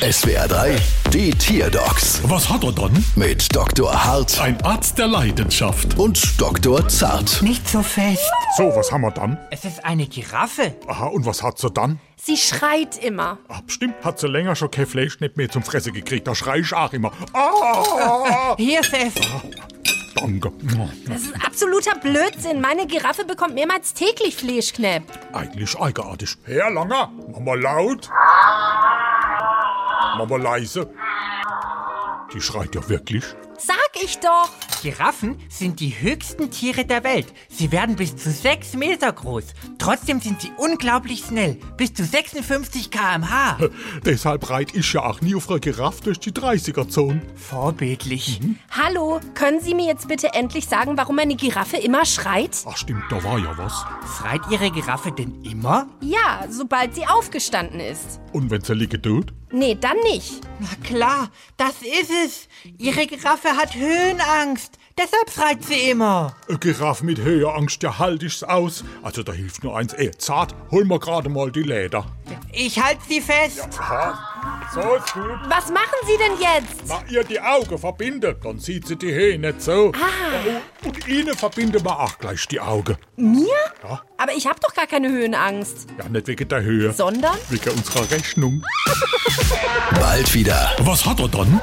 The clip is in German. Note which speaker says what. Speaker 1: SWR 3, die Tierdocs
Speaker 2: Was hat er dann?
Speaker 1: mit Dr. Hart
Speaker 2: Ein Arzt der Leidenschaft.
Speaker 1: und Dr. Zart.
Speaker 3: Nicht so fest.
Speaker 2: So, was haben wir dann?
Speaker 3: Es ist eine Giraffe.
Speaker 2: Aha, und was hat sie dann? Ah,
Speaker 4: Sie schreit immer.
Speaker 2: Ach, stimmt, hat sie länger schon kein Fleisch nicht mehr zum Fressen gekriegt. Da schrei ich auch immer. Ah,
Speaker 3: Hier ist es.
Speaker 2: danke.
Speaker 4: Das ist absoluter Blödsinn. Meine Giraffe bekommt mehrmals täglich Fleischknepp.
Speaker 2: Eigentlich eigenartig. Herr Langer, mach mal laut. Mach mal leise. Die schreit ja wirklich.
Speaker 4: Sag ich doch.
Speaker 3: Giraffen sind die höchsten Tiere der Welt. Sie werden bis zu 6 Meter groß. Trotzdem sind sie unglaublich schnell. Bis zu 56 km/h.
Speaker 2: Deshalb reit ich ja auch nie auf einer Giraffe durch die 30er-Zone.
Speaker 3: Vorbildlich.
Speaker 4: Hallo, können Sie mir jetzt bitte endlich sagen, warum eine Giraffe immer schreit?
Speaker 2: Ach stimmt, da war ja was.
Speaker 3: Schreit Ihre Giraffe denn immer?
Speaker 4: Ja, sobald sie aufgestanden ist.
Speaker 2: Und wenn sie liege tut?
Speaker 4: Nee, dann nicht.
Speaker 3: Na klar, das ist es. Ihre Giraffe hat Höhenangst. Deshalb schreit sie immer.
Speaker 2: Eine Giraffe mit Höheangst, ja halt ich's aus. Also da hilft nur eins. Eh, zart, hol mir gerade mal die Leder.
Speaker 3: Ich halte sie fest.
Speaker 2: Aha, so ist gut.
Speaker 4: Was machen Sie denn jetzt?
Speaker 2: Na, ihr die Augen verbindet, dann sieht sie die Höhe nicht so. Ah. Und ihnen verbinden wir auch gleich die Augen.
Speaker 4: Mir?
Speaker 2: Ja.
Speaker 4: Aber ich habe doch gar keine Höhenangst.
Speaker 2: Ja, nicht wegen der Höhe,
Speaker 4: Sondern?
Speaker 2: wegen unserer Rechnung.
Speaker 1: Bald wieder.
Speaker 2: Was hat er dann?